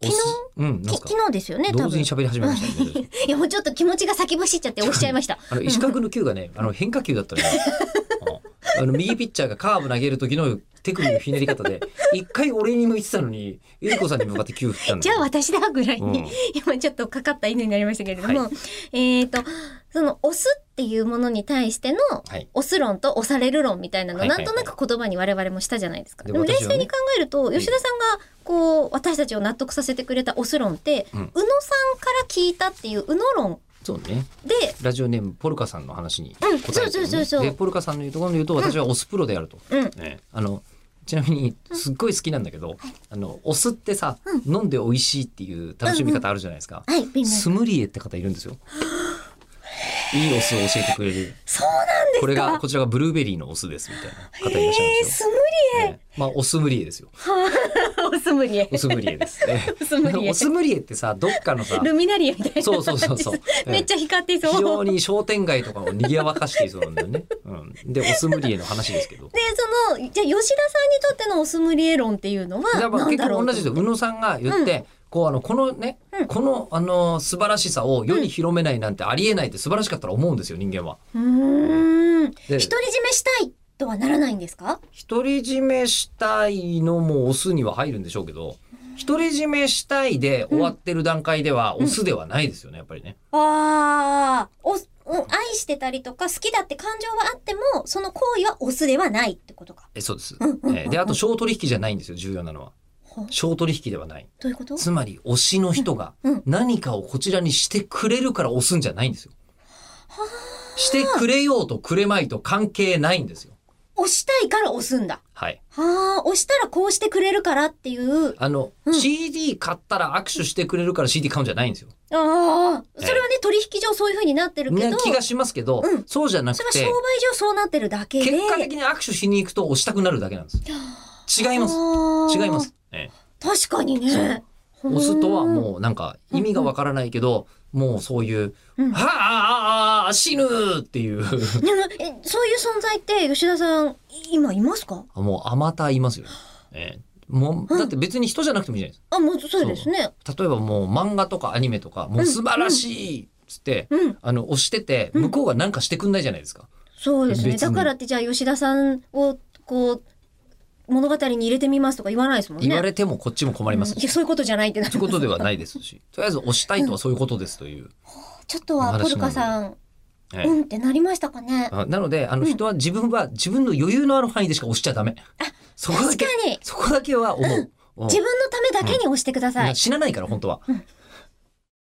昨日うん、なんきすか昨日ですよね、同多時分。にい喋り始めましたね。や、もうちょっと気持ちが先走っちゃって押しちゃいました。あの、石川君の球がね、あの、変化球だった のよ。うんあの、右ピッチャーがカーブ投げる時の手首のひねり方で、一回俺に向いてたのに、ゆり子さんに向かって球振ったんだじゃよあ私だぐらいに、うん今ちょっとかかった犬になりましたけれども、はえっ、と、その押すっていうものに対しての、はい。押す論と押される論みたいなの、はいはいはいなんとなく言葉に我々もしたじゃないですか。ででも冷私はね静に考えると、ん吉田さんがこう、私たちを納得させてくれた押す論って、うん宇野さんから聞いたっていう宇野論そうね。で、ラジオネーム、ポルカさんの話にうん答えてる、ねそうそうそうそうで、ポルカさんの言うところで言うと、私はオスプロであると。うん。ね、あのちなみにすっごい好きなんだけど、あのお酢ってさ、う飲んで美味しいっていう楽しみ方あるじゃないですか、はい、ビンスムリエって方いるんですよ いいお酢を教えてくれるそうなんですかこれがこちらがブルーベリーのお酢ですみたいな方いらっしゃるんえー、ですスムよ、ねまあお酢ムリエですよリエ おスムリエ お。酢ムリエです、ね、おスムリエお。酢ムリエってさどっかのさルミナリエみたいな。そうそうそうそうめっちゃ光っていそう。非常に商店街とかを賑わかしていそうなんだよね、うん、でお酢ムリエの話ですけどで、その、じゃあ吉田さんにとってのオスムリエ論っていうのは、だからまあなん結だろ構う同じですよ宇野さんが言って、こうあのこのね、うんこのあの素晴らしさを世に広めないなんてありえないって素晴らしかったら思うんですよ人間は。うーん。で独り占めしたいとはならないんですか独り占めしたいのもオスには入るんでしょうけど独り占めしたいで終わってる段階ではオスではないですよねやっぱりね。ああ、お、うん愛してたりとか好きだって感情はあっても、その行為はオスではないってことか。えそうです。うんうんうんえーであと小取引じゃないんですよ重要なのは。ほど小取引ではない。ういうことつまり推しの人がうんうん何かをこちらにしてくれるから押すんじゃないんですよ。してくれようとくれまいと関係ないんですよ。押したいから押すんだ。はい。はあ、押したらこうしてくれるからっていう。あの、うん CD 買ったら握手してくれるから CD 買うんじゃないんですよ。ああ、ええそれはね、取引上そういう風になってるけど、ね、気がしますけど、うんそうじゃなそくれはて商売、上そうなってるだけで。結果的に握手しに行くと押したくなるだけなんです。違います。あー違いま。す。え確かにね。え、押すとはうもうなんか意味がわからないけど、もうそういう、うんはあああああ死ぬっていう、 ーん。でもえそういう存在って吉田さん、今いますかもうあまたいますよね。ええもう、だって別に人じゃなくてもいいじゃないですあ、もうそうですね。か。例えばもう漫画とかアニメとか、もう素晴らしいっつって、うん。あの、押してて、うん向こうがなんかしてくんないじゃないですか。そうですね。別にだからってじゃあ吉田さんをこう物語に入れてみますとか言わないですもんね。言われてもこっちも困りますしうんいやそういうことじゃないってなということではないですし、とりあえず押したいとはそういうことですという。ちょっとはポルカさん、ええうんってなりましたかね。あなので、あのうん人は自分は自分の余裕のある範囲でしか押しちゃダメ。そこだ確けか、にそこだけは思う。うん自分のためだけに押してください。死なないから、本当はうん。